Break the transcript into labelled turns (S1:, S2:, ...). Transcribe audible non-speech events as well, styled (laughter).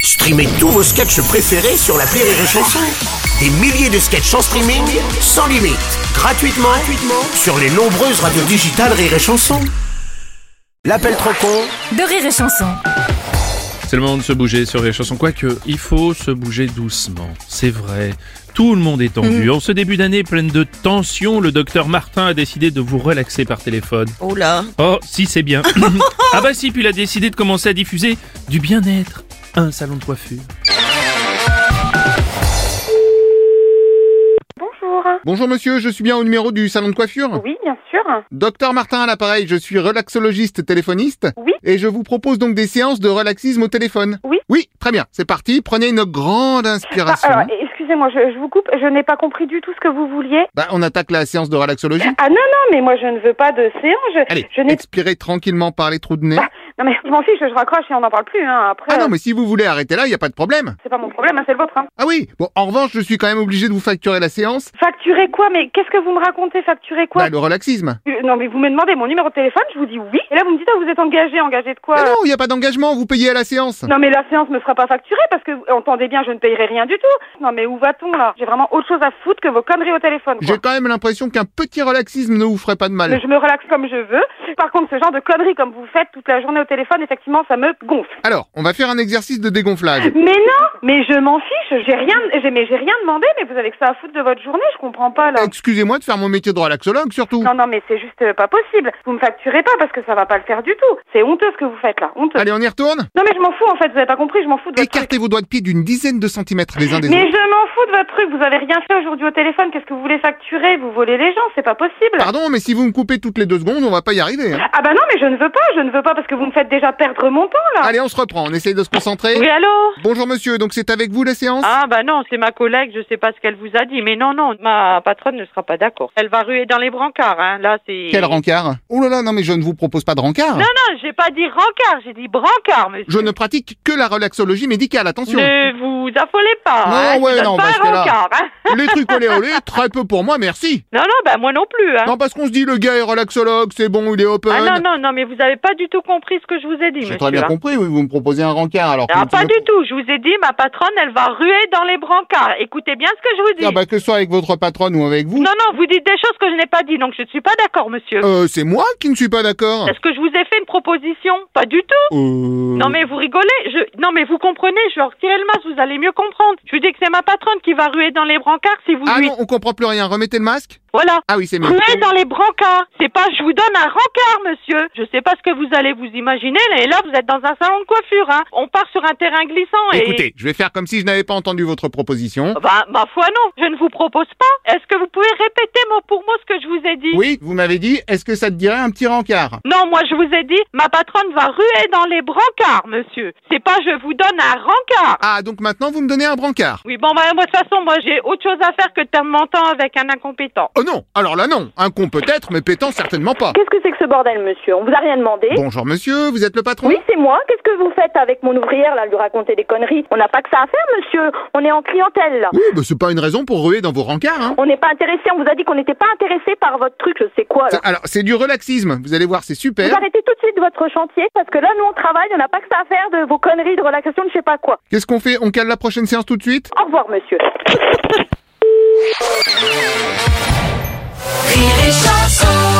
S1: Streamez tous vos sketchs préférés sur la Rire et Chanson. Des milliers de sketchs en streaming, sans limite, gratuitement, gratuitement sur les nombreuses radios digitales Rire et Chanson. L'appel trop con
S2: de rire et chanson.
S3: C'est le moment de se bouger sur les chansons. Quoique, il faut se bouger doucement. C'est vrai. Tout le monde est tendu. En ce début d'année pleine de tensions, le docteur Martin a décidé de vous relaxer par téléphone.
S4: Oh là
S3: Oh, si, c'est bien. (coughs) ah bah si, puis il a décidé de commencer à diffuser du bien-être. Un salon de coiffure.
S5: Bonjour.
S6: Bonjour monsieur, je suis bien au numéro du salon de coiffure.
S5: Oui, bien sûr.
S6: Docteur Martin à l'appareil, je suis relaxologiste téléphoniste.
S5: Oui.
S6: Et je vous propose donc des séances de relaxisme au téléphone.
S5: Oui.
S6: Oui, très bien, c'est parti, prenez une grande
S5: Ah,
S6: inspiration.
S5: alors, excusez-moi, je, je vous coupe. Je n'ai pas compris du tout ce que vous vouliez.
S6: Bah, on attaque la séance de relaxologie.
S5: Ah non, non, mais moi je ne veux pas de séance. Je,
S6: Allez,
S5: je n'ai.
S6: expirez tranquillement par les trous de nez.
S5: Bah, non mais je m'en fiche, je raccroche et on n'en parle plus. Hein. Après,
S6: Ah non,
S5: euh,
S6: mais si vous voulez arrêter là, il n'y a pas de problème.
S5: c'est pas mon problème, hein, c'est le vôtre. Hein.
S6: Ah oui, bon, en revanche, je suis quand même obligé de vous facturer la séance.
S5: Facturer quoi Mais qu'est-ce que vous me racontez Facturer quoi
S6: Bah, le relaxisme.
S5: Euh, Non, mais vous me demandez mon numéro de téléphone, je vous dis oui. Et là, vous me dites, ah, vous êtes engagé, engagé de quoi
S6: Ah
S5: euh
S6: non, il n'y a pas d'engagement, vous payez à la séance.
S5: non mais la séance ne sera pas facturée parce que entendez bien je ne payerai rien du tout. Non mais où va-t-on là J'ai vraiment autre chose à foutre que vos conneries au téléphone. quoi.
S6: J'ai quand même l'impression qu'un petit relaxisme ne vous ferait pas de mal.
S5: Mais je me relaxe comme je veux. Par contre, ce genre de conneries comme vous faites toute la journée au téléphone, effectivement, ça me gonfle.
S6: Alors, on va faire un exercice de dégonflage.
S5: Mais non, mais je m'en fiche. J'ai rien, j'ai, mais j'ai rien demandé. Mais vous avez que ça à foutre de votre journée. Je comprends pas là.
S6: Excusez-moi de faire mon métier de relaxologue, surtout.
S5: Non, non, mais c'est juste euh, pas possible. Vous me facturez pas parce que ça va pas le faire du tout. C'est honteux ce que vous faites là, honteux.
S6: Allez, on y retourne
S5: Non mais je m'en fous en fait. Vous avez pas compris. Je m'en fous de votre truc.
S6: Écartez vos doigts de pied d'une dizaine de centimètres les uns des
S5: Mais
S6: autres.
S5: je m'en fous de votre truc. Vous avez rien fait aujourd'hui au téléphone. Qu'est-ce que vous voulez facturer Vous volez les gens. C'est pas possible.
S6: Pardon, mais si vous me coupez toutes les deux secondes, on va pas y arriver. hein.
S5: Ah bah non, mais je ne veux pas. Je ne veux pas parce que vous me faites déjà perdre mon temps là.
S6: Allez, on se reprend, on essaye de se concentrer.
S4: Oui, allô
S6: Bonjour monsieur, donc c'est avec vous la séance
S4: Ah, bah non, c'est ma collègue, je sais pas ce qu'elle vous a dit, mais non, non, ma patronne ne sera pas d'accord. Elle va ruer dans les brancards, hein, là, c'est...
S6: Quel rencard Oh là là, non mais je ne vous propose pas de rencard.
S4: Non, non, j'ai pas dit rancard, j'ai dit brancard, monsieur.
S6: Je ne pratique que la relaxologie médicale, attention.
S4: Ne vous affolez pas,
S6: Non,
S4: hein, je
S6: ouais,
S4: donne
S6: non,
S4: pas
S6: parce
S4: un
S6: que là-
S4: rencard, hein.
S6: Les trucs olé olé, très peu pour moi, merci.
S4: Non, non, bah moi non plus, hein.
S6: Non, parce qu'on se dit le gars est relaxologue, c'est bon, il est open.
S4: ah non, non, non, mais vous avez pas du tout compris ce que je vous ai dit,
S6: J'ai
S4: monsieur.
S6: très bien
S4: hein.
S6: compris, oui, vous me proposez un rencard alors que...
S4: Ah, pas du tout, je vous ai dit, ma patronne, elle va ruer dans les brancards. Écoutez bien ce que je vous dis.
S6: Ah bah que ce soit avec votre patronne ou avec vous,
S4: Non, non, vous dites des choses que je n'ai pas dit, donc je ne suis pas d'accord, monsieur.
S6: euh, c'est moi qui ne suis pas d'accord.
S4: Est-ce que je vous ai fait une proposition Pas du tout.
S6: Euh...
S4: Non mais vous rigolez, je... non mais vous comprenez, je vais retirer le masque, vous allez mieux comprendre. Je vous dis que c'est ma patronne qui va ruer dans les brancards si vous
S6: Ah
S4: lui...
S6: non, on comprend plus rien, remettez le masque.
S4: Voilà.
S6: Ah oui, c'est mieux.
S4: Ruer dans les brancards, c'est pas je vous donne un rencard monsieur. Je sais pas ce que vous allez vous imaginer, et là vous êtes dans un salon de coiffure, hein. On part sur un terrain glissant et...
S6: Écoutez, je vais faire comme si je n'avais pas entendu votre proposition.
S4: Bah, ma foi non, je ne vous propose pas. Est-ce que vous pouvez répéter mot pour mot ce que je vous ai dit
S6: Oui, vous m'avez dit, est-ce que ça te dirait un petit rencard
S4: Non, moi je vous ai dit, ma patronne va ruer dans les brancards, monsieur. C'est pas je vous donne un rencard.
S6: Ah, donc maintenant vous me donnez un brancard
S4: Oui, bon, bah, moi, de toute façon, moi, j'ai autre chose à faire que de perdre mon temps avec un incompétent.
S6: Oh non Alors là non Un con peut-être, mais pétant certainement pas.
S7: Qu'est-ce que c'est que ce bordel, monsieur On vous a rien demandé
S6: Bonjour monsieur, vous êtes le patron
S7: Oui, c'est moi. Qu'est-ce que vous faites avec mon ouvrière, là, lui raconter des conneries On n'a pas que ça à faire, monsieur. On est en clientèle, là.
S6: Oui, bah c'est pas une raison pour ruer dans vos rencarts, hein
S7: On n'est pas intéressé. On vous a dit qu'on n'était pas intéressé par votre truc, je sais quoi, là.
S6: C'est- Alors, c'est du relaxisme, vous allez voir, c'est
S7: Vous
S6: super.
S7: arrêtez tout de suite votre chantier, parce que là, nous, on travaille. On n'a pas que ça à faire de vos conneries de relaxation, de je sais pas quoi.
S6: Qu'est-ce qu'on fait On cale la prochaine séance tout de suite
S7: Au revoir, monsieur.
S2: Rire et chanson.